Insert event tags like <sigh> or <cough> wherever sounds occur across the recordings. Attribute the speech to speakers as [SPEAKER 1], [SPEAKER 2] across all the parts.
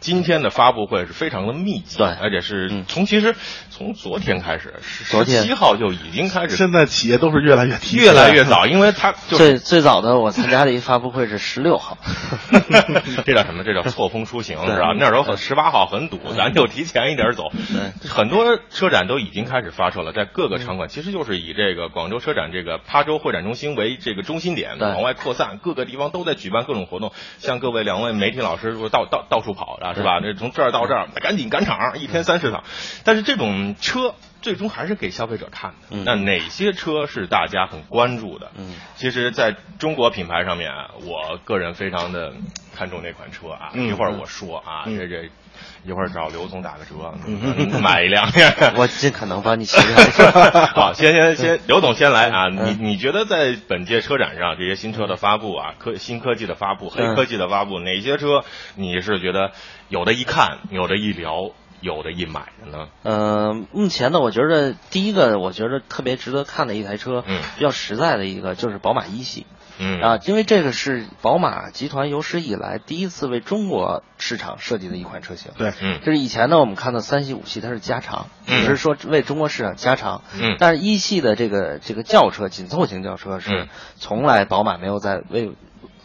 [SPEAKER 1] 今天的发布会是非常的密集，
[SPEAKER 2] 对
[SPEAKER 1] 而且是
[SPEAKER 2] 嗯
[SPEAKER 1] 从其实从昨天开始，
[SPEAKER 2] 昨天
[SPEAKER 1] 七号就已经开始，
[SPEAKER 3] <laughs> 现在企业都是越来越提前
[SPEAKER 1] 越来越早，因为它就
[SPEAKER 2] 最最早的我参加的一发布会是十六号，
[SPEAKER 1] <laughs> 这叫什么？这叫错峰出行
[SPEAKER 2] 对嗯
[SPEAKER 1] 是吧？那时候很十八号很堵，咱就提前一点走。
[SPEAKER 2] 对嗯
[SPEAKER 1] 很多车展都已经开始发车了，在各个场馆，其实就是以这个广州车展这个琶洲会展中心为这个中心点，
[SPEAKER 2] 对
[SPEAKER 1] 往外扩散，各个地方都在举办各种活动。像各位两位媒体老师说到到到处跑啊，是吧？这从这儿到这儿，赶紧赶场，一天三十场。但是这种车最终还是给消费者看的。
[SPEAKER 2] 嗯
[SPEAKER 1] 那哪些车是大家很关注的？
[SPEAKER 2] 嗯，
[SPEAKER 1] 其实在中国品牌上面啊，我个人非常的看重那款车啊。
[SPEAKER 3] 嗯
[SPEAKER 1] 一会儿我说啊，
[SPEAKER 3] 嗯
[SPEAKER 1] 这这一会儿找刘总打个折，
[SPEAKER 2] 嗯
[SPEAKER 1] 买一辆。
[SPEAKER 2] 我尽可能帮你协调。 <laughs>
[SPEAKER 1] 好，先先先，刘总先来啊！
[SPEAKER 2] 嗯
[SPEAKER 1] 你你觉得在本届车展上，这些新车的发布啊，科新科技的发布、黑
[SPEAKER 2] 嗯
[SPEAKER 1] 科技的发布，哪些车你是觉得有的一看，有的一聊，有的一买的呢？
[SPEAKER 2] 呃，目前呢，我觉得第一个我觉得特别值得看的一台车，
[SPEAKER 1] 嗯
[SPEAKER 2] 比较实在的一个就是宝马一系
[SPEAKER 1] 嗯
[SPEAKER 2] 啊，因为这个是宝马集团有史以来第一次为中国市场设计的一款车型。
[SPEAKER 3] 对，
[SPEAKER 1] 嗯
[SPEAKER 2] 就是以前呢，我们看到三系、五系它是加长，
[SPEAKER 1] 嗯
[SPEAKER 2] 只是说为中国市场加长。
[SPEAKER 1] 嗯
[SPEAKER 2] 但是一系的这个这个轿车紧凑型轿车
[SPEAKER 1] 嗯
[SPEAKER 2] 是从来宝马没有在为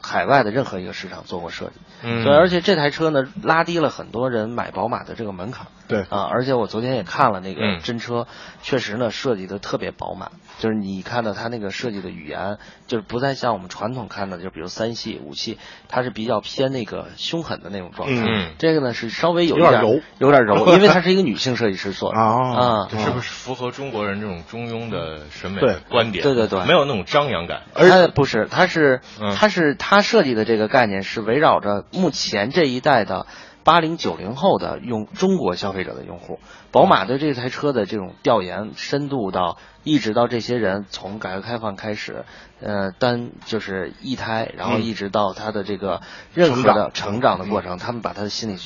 [SPEAKER 2] 海外的任何一个市场做过设计。
[SPEAKER 1] 嗯
[SPEAKER 2] 所以而且这台车呢，拉低了很多人买宝马的这个门槛。
[SPEAKER 3] 对
[SPEAKER 2] 啊，而且我昨天也看了那
[SPEAKER 1] 嗯
[SPEAKER 2] 个真车，确实呢设计的特别饱满，就是你看到它那个设计的语言，就是不再像我们传统看到的，就比如三系、五系，它是比较偏那个凶狠的那种状态。
[SPEAKER 1] 嗯
[SPEAKER 2] 这个呢是稍微有一
[SPEAKER 3] 有
[SPEAKER 2] 点
[SPEAKER 3] 点柔，
[SPEAKER 2] 有点柔，因为它是一个女性设计师做的
[SPEAKER 3] 哦
[SPEAKER 2] 啊。
[SPEAKER 1] 这是不是符合中国人这种中庸的审美
[SPEAKER 3] 对
[SPEAKER 1] 的观点？
[SPEAKER 2] 对对对
[SPEAKER 1] 没有那种张扬感。
[SPEAKER 2] 而它不是，它是
[SPEAKER 1] 嗯
[SPEAKER 2] 它是它设计的这个概念是围绕着目前这一代的八零九零后的用中国消费者的用户，宝马对这台车的这种调研深度到一直到这些人从改革开放开始，呃，单就是一胎，然后一直到他的这个任何的成长的过程，他们把他的心理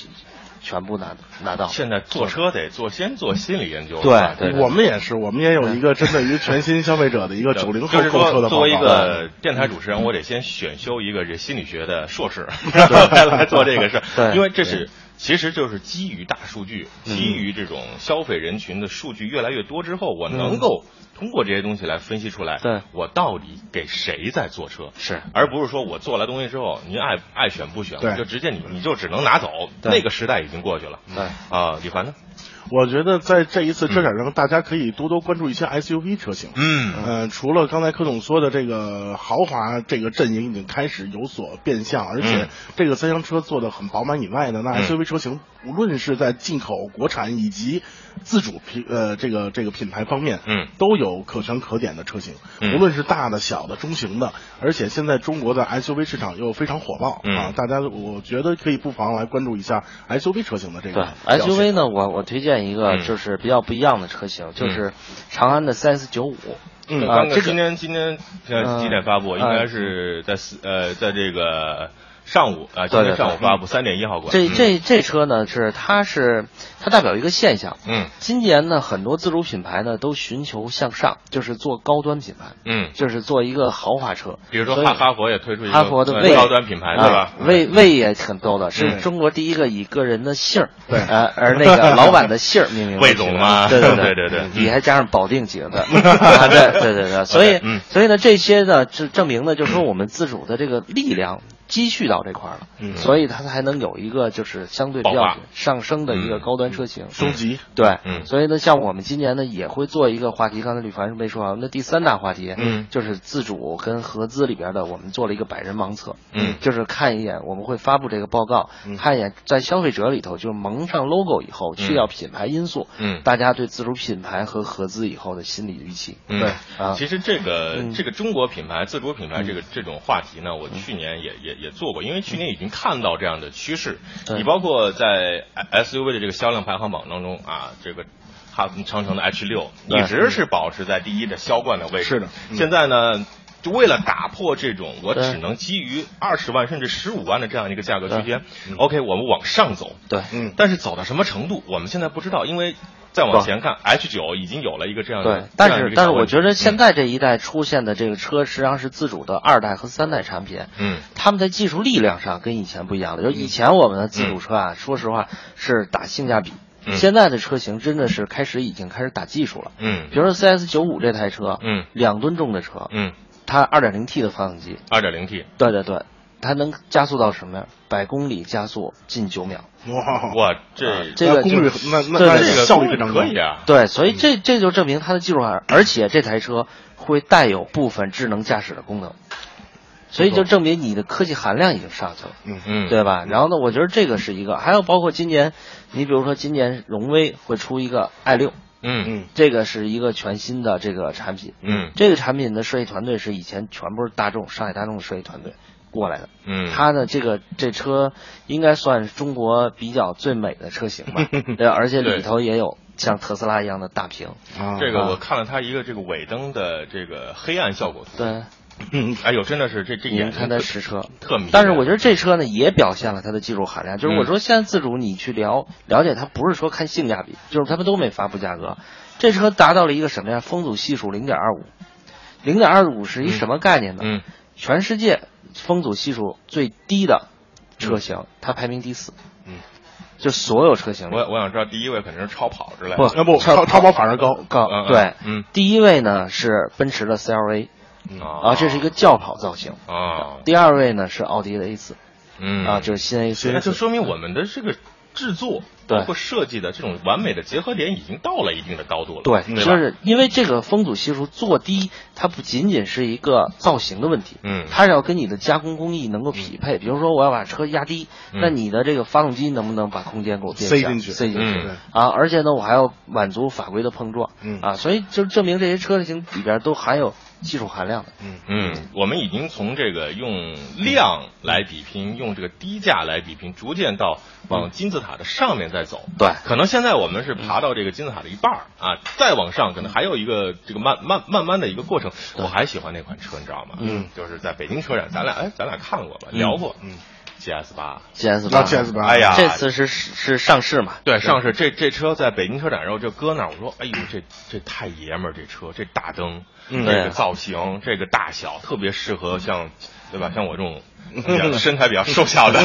[SPEAKER 2] 全部拿拿到。
[SPEAKER 1] 现在坐车得做先做心理研究了，
[SPEAKER 2] 哦对
[SPEAKER 1] 是吧
[SPEAKER 2] 哦对
[SPEAKER 3] 我们也是，我们也有一个针对于全新消费者的一个呃九零后
[SPEAKER 1] 就是
[SPEAKER 3] 购车
[SPEAKER 1] 说，
[SPEAKER 3] 的
[SPEAKER 1] 作为一
[SPEAKER 3] 报嗯告
[SPEAKER 1] 个电台主持人，我得先选修一个这心理学的硕士， <laughs> 然后再来做这个事儿，
[SPEAKER 2] 对
[SPEAKER 1] 因为这是。其实就是基于大数据，
[SPEAKER 3] 嗯
[SPEAKER 1] 基于这种消费人群的数据越来越多之后，
[SPEAKER 3] 嗯
[SPEAKER 1] 我能够通过这些东西来分析出来，
[SPEAKER 2] 对
[SPEAKER 1] 我到底给谁在坐车，
[SPEAKER 2] 是
[SPEAKER 1] 而不是说我做了东西之后，您爱爱选不选，
[SPEAKER 3] 对
[SPEAKER 1] 我就直接你你就只能拿走。
[SPEAKER 2] 对
[SPEAKER 1] 那个时代已经过去了。
[SPEAKER 2] 对
[SPEAKER 1] 啊，李凡呢？
[SPEAKER 3] 我觉得在这一次车展上，大家可以多多关注一些 SUV 车型。
[SPEAKER 1] 嗯
[SPEAKER 3] 呃，除了刚才柯总说的这个豪华这个阵营已经开始有所变相，而且
[SPEAKER 1] 嗯
[SPEAKER 3] 这个三厢车做的很饱满以外呢，那
[SPEAKER 1] 嗯
[SPEAKER 3] SUV 车型无论是在进口、国产以及自主品呃这个这个品牌方面，
[SPEAKER 1] 嗯
[SPEAKER 3] 都有可圈可点的车型，
[SPEAKER 1] 嗯
[SPEAKER 3] 无论是大的、小的、中型的，而且现在中国的 SUV 市场又非常火爆、
[SPEAKER 1] 嗯
[SPEAKER 3] 啊，大家我觉得可以不妨来关注一下 SUV 车型的
[SPEAKER 2] 对
[SPEAKER 3] 这个表现
[SPEAKER 2] SUV 呢，我我推荐一个
[SPEAKER 1] 嗯
[SPEAKER 2] 就是比较不一样的车型，就是长安的 CS 九五。
[SPEAKER 3] 嗯
[SPEAKER 1] 刚，
[SPEAKER 2] 啊
[SPEAKER 1] 刚
[SPEAKER 2] 这个
[SPEAKER 1] 今天今天呃
[SPEAKER 2] 嗯
[SPEAKER 1] 几点发布？应该是在四呃，在这个上午啊，今
[SPEAKER 2] 对
[SPEAKER 1] 天
[SPEAKER 2] 对
[SPEAKER 1] 上午发布三点一号馆。
[SPEAKER 2] 这
[SPEAKER 1] 嗯
[SPEAKER 2] 这这车呢是它是它代表一个现象。
[SPEAKER 1] 嗯
[SPEAKER 2] 今年呢，很多自主品牌呢都寻求向上，就是做高端品牌，
[SPEAKER 1] 嗯，
[SPEAKER 2] 就是做一个豪华车。
[SPEAKER 1] 比如说
[SPEAKER 2] 所以
[SPEAKER 1] 哈哈佛也推出一个
[SPEAKER 2] 哈佛的
[SPEAKER 1] 呃
[SPEAKER 2] 魏
[SPEAKER 1] 高端品牌，对吧嗯
[SPEAKER 2] 啊？魏魏也挺逗的，是
[SPEAKER 3] 嗯
[SPEAKER 2] 中国第一个以个人的姓儿，
[SPEAKER 3] 对
[SPEAKER 2] 呃，而那个老板的姓儿命名的
[SPEAKER 1] 魏总嘛
[SPEAKER 2] 对对
[SPEAKER 1] <laughs> 对对对
[SPEAKER 2] 底下加上保定几个字，
[SPEAKER 1] <laughs>
[SPEAKER 2] 啊对对对对，所以
[SPEAKER 1] OK，嗯 <laughs>
[SPEAKER 2] 所以呢，这些呢，就证明呢，就是说我们自主的这个力量积蓄到这块儿
[SPEAKER 3] 嗯
[SPEAKER 2] 了，所以它才能有一个就是相对比
[SPEAKER 1] 爆
[SPEAKER 2] 较
[SPEAKER 1] 发
[SPEAKER 2] 上升的一个
[SPEAKER 1] 嗯
[SPEAKER 2] 高端车型。
[SPEAKER 3] 升级。
[SPEAKER 2] 对，
[SPEAKER 1] 嗯
[SPEAKER 2] 所以呢，像我们今年呢也会做一个话题，刚才吕凡是没说完，那第三大话题，
[SPEAKER 1] 嗯
[SPEAKER 2] 就是自主跟合资里边的，我们做了一个百人盲测，
[SPEAKER 1] 嗯
[SPEAKER 2] 就是看一眼，我们会发布这个报告，看一眼在消费者里头，就是蒙上 logo 以后，去掉品牌因素，
[SPEAKER 1] 嗯
[SPEAKER 2] 大家对自主品牌和合资以后的心理预期，
[SPEAKER 1] 嗯
[SPEAKER 3] 对
[SPEAKER 2] 啊
[SPEAKER 1] 其实这个
[SPEAKER 2] 嗯
[SPEAKER 1] 这个中国品牌自主品牌这个这种话题呢，我去年也也也做过，因为去年已经看到这样的趋势。
[SPEAKER 2] 嗯对
[SPEAKER 1] 你包括在 SUV 的这个销量排行榜当中啊，这个。哈，长城的 H 六
[SPEAKER 2] 对
[SPEAKER 1] 一直是保持在第一的销冠的位置。
[SPEAKER 3] 是的嗯
[SPEAKER 1] 现在呢，就为了打破这种我
[SPEAKER 2] 对
[SPEAKER 1] 只能基于二十万甚至十五万的这样一个价格区
[SPEAKER 2] 对嗯
[SPEAKER 1] 间，OK，我们往上走。
[SPEAKER 2] 对，
[SPEAKER 3] 嗯
[SPEAKER 1] 但是走到什么程度，我们现在不知道，因为再往前看，H 九已经有了一个这样的
[SPEAKER 2] 对，，但
[SPEAKER 1] 这样一呃个
[SPEAKER 2] 是但
[SPEAKER 1] 小
[SPEAKER 2] 是
[SPEAKER 1] 问
[SPEAKER 2] 我
[SPEAKER 1] 题嗯
[SPEAKER 2] 觉得现在这一代出现的这个车，实际上是自主的二代和三代产品。
[SPEAKER 1] 嗯
[SPEAKER 2] 他们在技术力量上跟以前不一样了，就是以前我们的自主车啊，说实话是打性价比，
[SPEAKER 1] 嗯
[SPEAKER 2] 现在的车型真的是开始已经开始打技术了。
[SPEAKER 1] 嗯
[SPEAKER 2] 比如说 CS 九五这台车，
[SPEAKER 1] 嗯
[SPEAKER 2] 两吨重的车，
[SPEAKER 1] 嗯
[SPEAKER 2] 它二点零 T 的发动机，
[SPEAKER 1] 二点零 T，
[SPEAKER 2] 对对对，它能加速到什么呀？百公里加速近九秒。
[SPEAKER 3] 哇，
[SPEAKER 1] 哇，嗯这
[SPEAKER 2] 啊这个
[SPEAKER 3] 功
[SPEAKER 2] 就
[SPEAKER 3] 率
[SPEAKER 2] 是
[SPEAKER 3] 那那
[SPEAKER 2] 对
[SPEAKER 3] 那
[SPEAKER 2] 对
[SPEAKER 1] 个
[SPEAKER 3] 哦效率非常高
[SPEAKER 1] 可以啊，
[SPEAKER 2] 对，所以这这就证明它的技术含量，而且这台车会带有部分智能驾驶的功能，所以就证明你的科技含量已经上去了，
[SPEAKER 1] 嗯
[SPEAKER 2] 对吧？然后呢，我觉得这个是一个，还有包括今年，你比如说今年荣威会出一个 i 六，
[SPEAKER 1] 嗯
[SPEAKER 3] 嗯
[SPEAKER 2] 这个是一个全新的这个产品，
[SPEAKER 1] 嗯
[SPEAKER 2] 这个产品的设计团队是以前全部是大众上海大众的设计团队过来的，
[SPEAKER 1] 嗯，
[SPEAKER 2] 它的这个这车应该算是中国比较最美的车型
[SPEAKER 1] <laughs>
[SPEAKER 2] 吧，对，而且里头也有像特斯拉一样的大屏，
[SPEAKER 3] 啊，
[SPEAKER 1] 这个我看了它一个这个尾灯的这个黑暗效果图，
[SPEAKER 2] 对，
[SPEAKER 3] 嗯
[SPEAKER 1] 哎呦，真的是这这眼睛
[SPEAKER 2] 您看它
[SPEAKER 1] 特
[SPEAKER 2] 实车。
[SPEAKER 1] 特迷人，
[SPEAKER 2] 但是我觉得这车呢，也表现了它的技术含量。就是
[SPEAKER 1] 嗯
[SPEAKER 2] 我说现在自主你去了了解它，不是说看性价比，就是他们都没发布价格。这车达到了一个什么呀？风阻系数零点二五，零点二五是一什么概念呢？
[SPEAKER 1] 嗯
[SPEAKER 2] 全世界风阻系数最低的车型，它排名第四。
[SPEAKER 1] 嗯，
[SPEAKER 2] 就所有车型里，
[SPEAKER 1] 我我想知道第一位肯定是超跑之类
[SPEAKER 2] 不
[SPEAKER 1] 的，
[SPEAKER 3] 啊不，超超跑反而高，
[SPEAKER 2] 高
[SPEAKER 1] 嗯嗯
[SPEAKER 2] 对，
[SPEAKER 1] 嗯
[SPEAKER 2] 第一位呢是奔驰的 CLA
[SPEAKER 1] 哦
[SPEAKER 2] 啊，这是一个轿跑造型。
[SPEAKER 1] 啊，
[SPEAKER 2] 第二位呢是奥迪的 A 四
[SPEAKER 1] 嗯
[SPEAKER 2] 啊，就是新 A 四
[SPEAKER 1] 那。就说明我们的这个制作，
[SPEAKER 2] 对
[SPEAKER 1] 包括设计的这种完美的结合点，已经到了一定的高度了。
[SPEAKER 2] 对，
[SPEAKER 1] 对吧，
[SPEAKER 2] 就是因为这个风阻系数做低，它不仅仅是一个造型的问题，
[SPEAKER 1] 嗯
[SPEAKER 2] 它是要跟你的加工工艺能够匹配。比如说，我要把车压低，
[SPEAKER 1] 嗯
[SPEAKER 2] 那你的这个发动机能不能把空间给我变
[SPEAKER 3] 塞
[SPEAKER 2] 小
[SPEAKER 3] 进去
[SPEAKER 2] 塞进去
[SPEAKER 1] 嗯
[SPEAKER 2] 啊？而且呢，我还要满足法规的碰撞，
[SPEAKER 3] 嗯
[SPEAKER 2] 啊，所以就证明这些车型里边都含有技术含量的。
[SPEAKER 1] 嗯，我们已经从这个用量来比拼，用这个低价来比拼，逐渐到往金字塔的上面再走。
[SPEAKER 2] 对
[SPEAKER 1] 可能现在我们是爬到这个金字塔的一半儿啊，再往上可能还有一个这个慢慢慢慢的一个过程。我还喜欢那款车，你知道吗？
[SPEAKER 2] 嗯，
[SPEAKER 1] 就是在北京车展，咱俩哎，咱俩看过吧，聊过。嗯，GS 八。
[SPEAKER 2] GS
[SPEAKER 3] 那
[SPEAKER 2] 八
[SPEAKER 3] GS 八，
[SPEAKER 1] 哎呀
[SPEAKER 2] 这次是是上市嘛？
[SPEAKER 1] 对，上市这这车在北京车展，然后就搁那儿，我说，哎呦，这这太爷们儿，这车这大灯，
[SPEAKER 3] 嗯
[SPEAKER 1] 这
[SPEAKER 2] 对
[SPEAKER 1] 个
[SPEAKER 2] 啊
[SPEAKER 1] 造型，这个大小，特别适合像，对吧？像我这
[SPEAKER 2] <laughs>
[SPEAKER 1] 种比较身材比较瘦小的，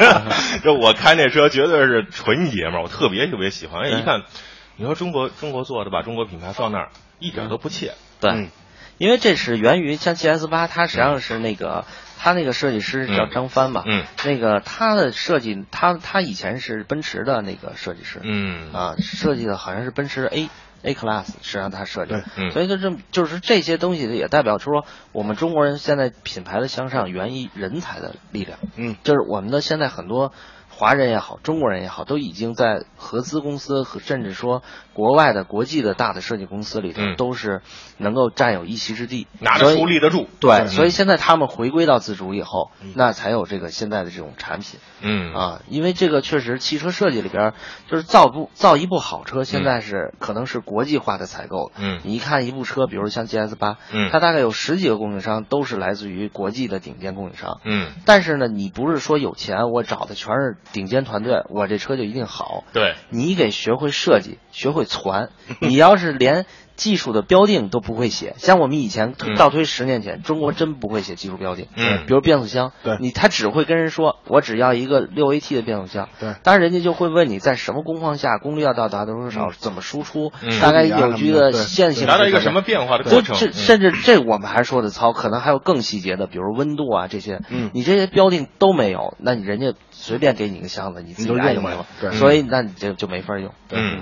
[SPEAKER 1] <laughs> 就我开那车绝对是纯爷们儿，我特别特别喜欢。哎一看，你说中国中国做的，把中国品牌放那儿，一点都不怯。
[SPEAKER 2] 对，
[SPEAKER 3] 嗯
[SPEAKER 2] 因为这是源于像 GS 八，它实际上是那个、它那个设计师叫
[SPEAKER 1] 嗯
[SPEAKER 2] 张帆嘛，
[SPEAKER 1] 嗯
[SPEAKER 2] 那个他的设计，他他以前是奔驰的那个设计师，
[SPEAKER 1] 嗯
[SPEAKER 2] 啊，设计的好像是奔驰 A。A class 是让他设计的，
[SPEAKER 1] 对嗯
[SPEAKER 2] 所以就这么就是这些东西也代表出说我们中国人现在品牌的向上源于人才的力量，
[SPEAKER 3] 嗯，
[SPEAKER 2] 就是我们的现在很多华人也好，中国人也好，都已经在合资公司和甚至说国外的国际的大的设计公司里头，
[SPEAKER 1] 嗯
[SPEAKER 2] 都是能够占有一席之地，
[SPEAKER 1] 拿
[SPEAKER 2] 所
[SPEAKER 1] 得
[SPEAKER 2] 以
[SPEAKER 1] 出立得住嗯
[SPEAKER 2] 对，所以现在他们回归到自主以后，那才有这个现在的这种产品
[SPEAKER 1] 嗯
[SPEAKER 2] 啊。因为这个确实汽车设计里边儿，就是造不造一部好车，现在是可能是国际化的采购。
[SPEAKER 1] 嗯
[SPEAKER 2] 你一看一部车，比如像 GS 八，
[SPEAKER 1] 嗯
[SPEAKER 2] 它大概有十几个供应商都是来自于国际的顶尖供应商。
[SPEAKER 1] 嗯，
[SPEAKER 2] 但是呢，你不是说有钱我找的全是顶尖团队，我这车就一定好。
[SPEAKER 1] 对，
[SPEAKER 2] 你得学会设
[SPEAKER 3] <laughs>
[SPEAKER 2] 计，学会传。你要是连技术的标定都不会写，像我们以前
[SPEAKER 1] 嗯
[SPEAKER 2] 倒推十年前，中国真不会写技术标定。
[SPEAKER 1] 嗯
[SPEAKER 2] 比如变速箱，
[SPEAKER 3] 对
[SPEAKER 2] 你他只会跟人说我只要一个六 AT 的变速箱，
[SPEAKER 3] 对
[SPEAKER 2] 当然人家就会问你在什么工况下功率要到达多少，怎么输出，
[SPEAKER 1] 嗯
[SPEAKER 2] 大概
[SPEAKER 3] 数据啊
[SPEAKER 2] 有
[SPEAKER 3] 什
[SPEAKER 2] 句
[SPEAKER 3] 么
[SPEAKER 2] 的
[SPEAKER 3] 的对
[SPEAKER 2] 线性
[SPEAKER 1] 达到一个
[SPEAKER 2] 是
[SPEAKER 1] 什么变化的
[SPEAKER 2] 就
[SPEAKER 1] 过程
[SPEAKER 2] 这
[SPEAKER 1] 嗯
[SPEAKER 2] 甚至这我们还说的糙，可能还有更细节的，比如温度啊这些，
[SPEAKER 3] 嗯
[SPEAKER 2] 你这些标定都没有，那你人家随便给你一个箱子，你自己
[SPEAKER 3] 你就
[SPEAKER 2] 爱
[SPEAKER 3] 用
[SPEAKER 2] 用
[SPEAKER 3] 吧对
[SPEAKER 2] 所以那你这就没法用。
[SPEAKER 1] 嗯，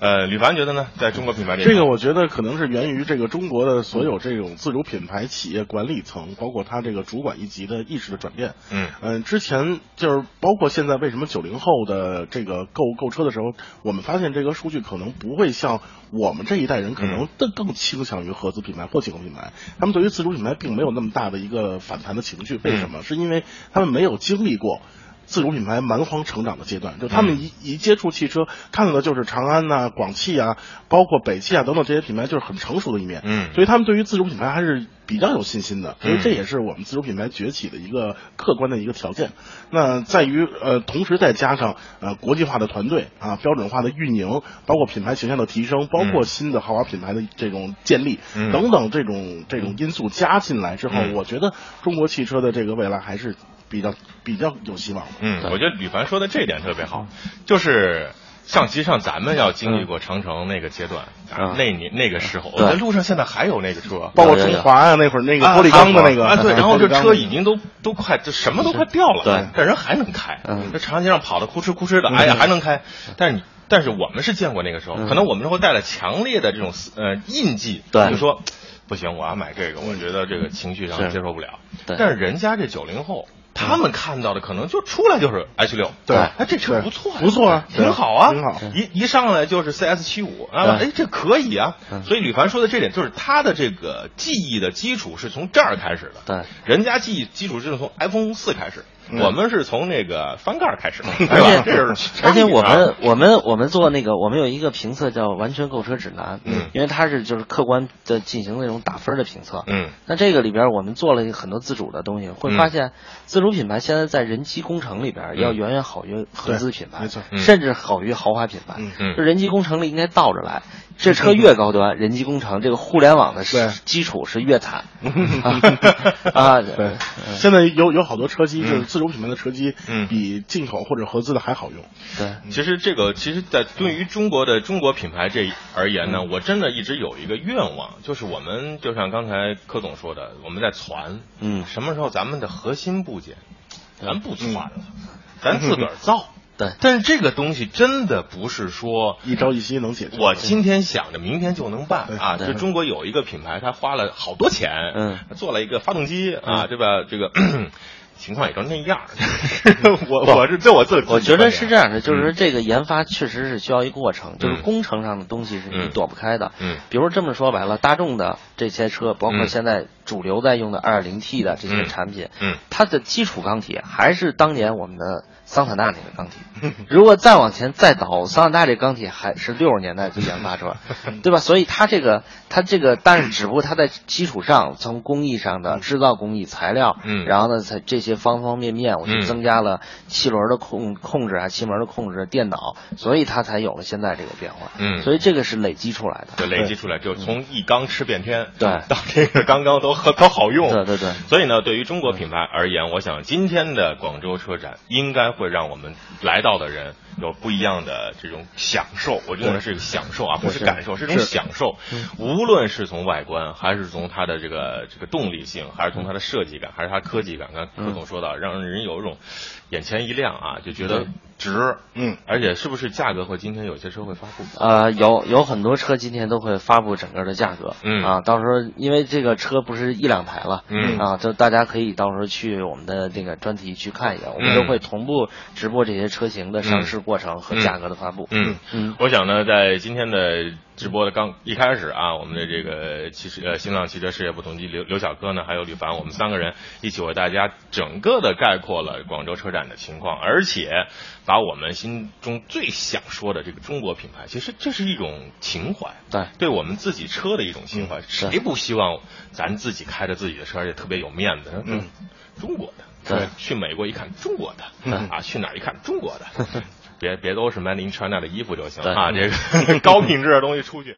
[SPEAKER 1] 呃，吕凡觉得呢，在中国品牌里，
[SPEAKER 3] 这个我觉得可能是源于这个中国的所有这种自主品牌企业管理层，包括他这个主管一级的意识的转变。
[SPEAKER 1] 嗯
[SPEAKER 3] 嗯，之前就是包括现在为什么九零后的这个购购车的时候，我们发现这个数据可能不会像我们这一代人可能更更倾向于合资品牌或进口品牌，他们对于自主品牌并没有那么大的一个反弹的情绪。为什么？是因为他们没有经历过。自主品牌蛮荒成长的阶段，就他们一、一接触汽车，看到的就是长安呐、广汽啊，包括北汽啊等等这些品牌，就是很成熟的一面。
[SPEAKER 1] 嗯
[SPEAKER 3] 所以他们对于自主品牌还是比较有信心的，所以
[SPEAKER 1] 嗯
[SPEAKER 3] 这也是我们自主品牌崛起的一个客观的一个条件。那在于呃，同时再加上呃国际化的团队啊，标准化的运营，包括品牌形象的提升，包括新的豪华品牌的这种建立、
[SPEAKER 1] 嗯
[SPEAKER 3] 等等这种这种因素加进来之后，
[SPEAKER 1] 嗯
[SPEAKER 3] 我觉得中国汽车的这个未来还是比较比较有希望的。
[SPEAKER 1] 嗯，
[SPEAKER 2] 对
[SPEAKER 1] 我觉得吕凡说的这一点特别
[SPEAKER 3] 嗯
[SPEAKER 1] 好，就是像其实上咱们要经历过长城那个阶段，啊
[SPEAKER 2] 嗯
[SPEAKER 1] 那年那个时候，我
[SPEAKER 2] 对
[SPEAKER 1] 在路上现在还有那个车。
[SPEAKER 3] 包括
[SPEAKER 2] 有有
[SPEAKER 3] 中
[SPEAKER 2] 有
[SPEAKER 3] 华啊，那会儿那个
[SPEAKER 1] 啊
[SPEAKER 3] <laughs> 玻璃钢的那个
[SPEAKER 1] 啊，对，然后这车已。
[SPEAKER 3] 玻璃钢的那个
[SPEAKER 1] 经都都快，这什么都快掉了，
[SPEAKER 2] 对
[SPEAKER 1] 但人还能开
[SPEAKER 2] 嗯，
[SPEAKER 1] 这长安街上跑的哭哧哭哧的，
[SPEAKER 3] 嗯
[SPEAKER 1] 哎呀还能开，但是你。但是我们是见过那个时候，
[SPEAKER 2] 嗯
[SPEAKER 1] 可能我们会带来强烈的这种思呃印记，
[SPEAKER 2] 对
[SPEAKER 1] 就说不行，我要买这个，我觉得这个情绪上
[SPEAKER 2] 是
[SPEAKER 1] 接受不了。
[SPEAKER 2] 对
[SPEAKER 1] 但是人家这九零后，他们看到的可能就出来就是 H 六，
[SPEAKER 3] 对
[SPEAKER 1] 哎这车
[SPEAKER 3] 对
[SPEAKER 1] 不错呀，
[SPEAKER 3] 不错啊
[SPEAKER 1] 挺好啊，
[SPEAKER 3] 挺好
[SPEAKER 1] 一一上来就是 CS 七五啊，
[SPEAKER 2] 对
[SPEAKER 1] 哎这可以啊。
[SPEAKER 2] 嗯
[SPEAKER 1] 所以吕凡说的这点就是他的这个记忆的基础是从这儿开始的，
[SPEAKER 2] 对，
[SPEAKER 1] 人家记忆基础是从 iPhone 四开始，
[SPEAKER 3] 嗯
[SPEAKER 1] 我们是从那个翻盖儿开始的，对吧？ <laughs> 这
[SPEAKER 2] 而
[SPEAKER 1] 是
[SPEAKER 2] 且
[SPEAKER 1] 差
[SPEAKER 2] 而
[SPEAKER 1] 异
[SPEAKER 2] 且
[SPEAKER 1] 啊
[SPEAKER 2] 我们我们我们做那个我们有一个评测叫完全购车指南，
[SPEAKER 1] 嗯
[SPEAKER 2] 因为它是就是客观的进行那种打分的评测，
[SPEAKER 1] 嗯
[SPEAKER 2] 那这个里边我们做了很多自主的东西，会
[SPEAKER 3] 嗯
[SPEAKER 2] 发现自主品牌现在在人机工程里边要远远好于合资品牌，
[SPEAKER 3] 没错
[SPEAKER 1] 嗯
[SPEAKER 2] 甚至好于豪华品牌。
[SPEAKER 3] 嗯
[SPEAKER 1] 嗯
[SPEAKER 2] 就人机工程里应该倒着来，这车越高端，人机工程这个互联网的
[SPEAKER 3] 对
[SPEAKER 2] 基础是越
[SPEAKER 3] <laughs>
[SPEAKER 2] 惨 <laughs> 啊啊，
[SPEAKER 3] 对，呃现在有有好多车机，就是
[SPEAKER 1] 嗯
[SPEAKER 3] 自主品牌的车机
[SPEAKER 1] 嗯，
[SPEAKER 3] 比进口或者合资的还好用。
[SPEAKER 2] 对
[SPEAKER 1] 其实这个，其实，在对于中国的中国品牌这而言
[SPEAKER 2] 嗯
[SPEAKER 1] 呢，我真的一直有一个愿望，就是我们就像刚才柯总说的，我们在传，
[SPEAKER 2] 嗯
[SPEAKER 1] 什么时候咱们的核心部件，咱不传
[SPEAKER 2] 嗯
[SPEAKER 1] 了，咱自个儿
[SPEAKER 2] <laughs>
[SPEAKER 1] 造。
[SPEAKER 2] 对
[SPEAKER 1] 但是这个东西真的不是说
[SPEAKER 3] 一朝一夕能解决。
[SPEAKER 1] 我今天想着明天就能办
[SPEAKER 3] 对
[SPEAKER 1] 啊！
[SPEAKER 2] 对
[SPEAKER 1] 就中国有一个品牌，它花了好多钱，
[SPEAKER 2] 嗯，
[SPEAKER 1] 做了一个发动机啊，
[SPEAKER 2] 嗯
[SPEAKER 1] 对吧？这个 <coughs> 情况也就那样儿。
[SPEAKER 2] <laughs>
[SPEAKER 1] 我我是对我自己，
[SPEAKER 2] 我觉得是这样的，就是说
[SPEAKER 1] 嗯
[SPEAKER 2] 这个研发确实是需要一个过程，就是
[SPEAKER 1] 嗯
[SPEAKER 2] 工程上的东西是你
[SPEAKER 1] 嗯
[SPEAKER 2] 躲不开的。
[SPEAKER 1] 嗯
[SPEAKER 2] 比如这么说白了，大众的这些车，包括
[SPEAKER 1] 嗯
[SPEAKER 2] 现在主流在用的 2.0T 的这些
[SPEAKER 1] 嗯
[SPEAKER 2] 产品，
[SPEAKER 1] 嗯
[SPEAKER 2] 它的基础钢体还是当年我们的桑塔纳那个钢体。
[SPEAKER 1] <laughs>
[SPEAKER 2] 如果再往前再倒，桑塔纳这钢体还是六十年代就研
[SPEAKER 1] <laughs>
[SPEAKER 2] 发出来，对吧？所以它这个它这个，但是只不过它在基础上，从工艺上的制造工艺、材料，
[SPEAKER 1] 嗯
[SPEAKER 2] 然后呢，在这些方方面面，我
[SPEAKER 1] 嗯
[SPEAKER 2] 去增加了气轮的控控制啊，气门的控制，电脑，所以它才有了现在这个变化。
[SPEAKER 1] 嗯
[SPEAKER 2] 所以这个是累积出来的。
[SPEAKER 1] 就累积出来，就从一缸吃遍天，
[SPEAKER 2] 对
[SPEAKER 1] <laughs> 到这个刚刚都都好用，
[SPEAKER 2] 对对对嗯
[SPEAKER 1] 所以呢，对于中国品牌而言，我想今天的广州车展应该会让我们来到的人有不一样的这种享受。我用的是享受啊，不是感受，是一种享受。
[SPEAKER 2] 嗯
[SPEAKER 1] 无论是从外观，还是从它的这个这个动力性，还是
[SPEAKER 2] 嗯
[SPEAKER 1] 从它的设计感，还是它科技感，刚才柯总说到，让人有一种眼前一亮啊，就觉得
[SPEAKER 2] 对
[SPEAKER 1] 值。
[SPEAKER 3] 嗯，
[SPEAKER 1] 而且是不是价格会今天有些车会发布？
[SPEAKER 2] 呃，有有很多车今天都会发布整个的价格，
[SPEAKER 1] 嗯
[SPEAKER 2] 啊，到时候因为这个车不是一两台了，
[SPEAKER 1] 嗯
[SPEAKER 2] 啊，就大家可以到时候去我们的这个专题去看一下，我们
[SPEAKER 1] 嗯
[SPEAKER 2] 都会同步直播这些车型的上市过程和价格的发布，
[SPEAKER 1] 嗯
[SPEAKER 2] 嗯
[SPEAKER 1] 我想呢，在今天的直播的刚一开始啊，我们的这个汽车呃新浪汽车事业部总经理刘刘小哥呢，还有吕凡，我们三个人一起为大家整个的概括了广州车展的情况，而且把我们心中最想说的这个中国品牌，其实这是一种情怀。
[SPEAKER 2] 对，
[SPEAKER 1] 对我们自己车的一种情怀，谁不希望咱自己开着自己的车，而且特别有面子？
[SPEAKER 3] 嗯，
[SPEAKER 1] 中国的，
[SPEAKER 2] 对
[SPEAKER 1] 去美国一看中国的，啊，去哪儿一看中国的，别别都是 Made in China 的衣服就行
[SPEAKER 2] 对
[SPEAKER 1] 啊，这个 <laughs> 高品质的东西出去。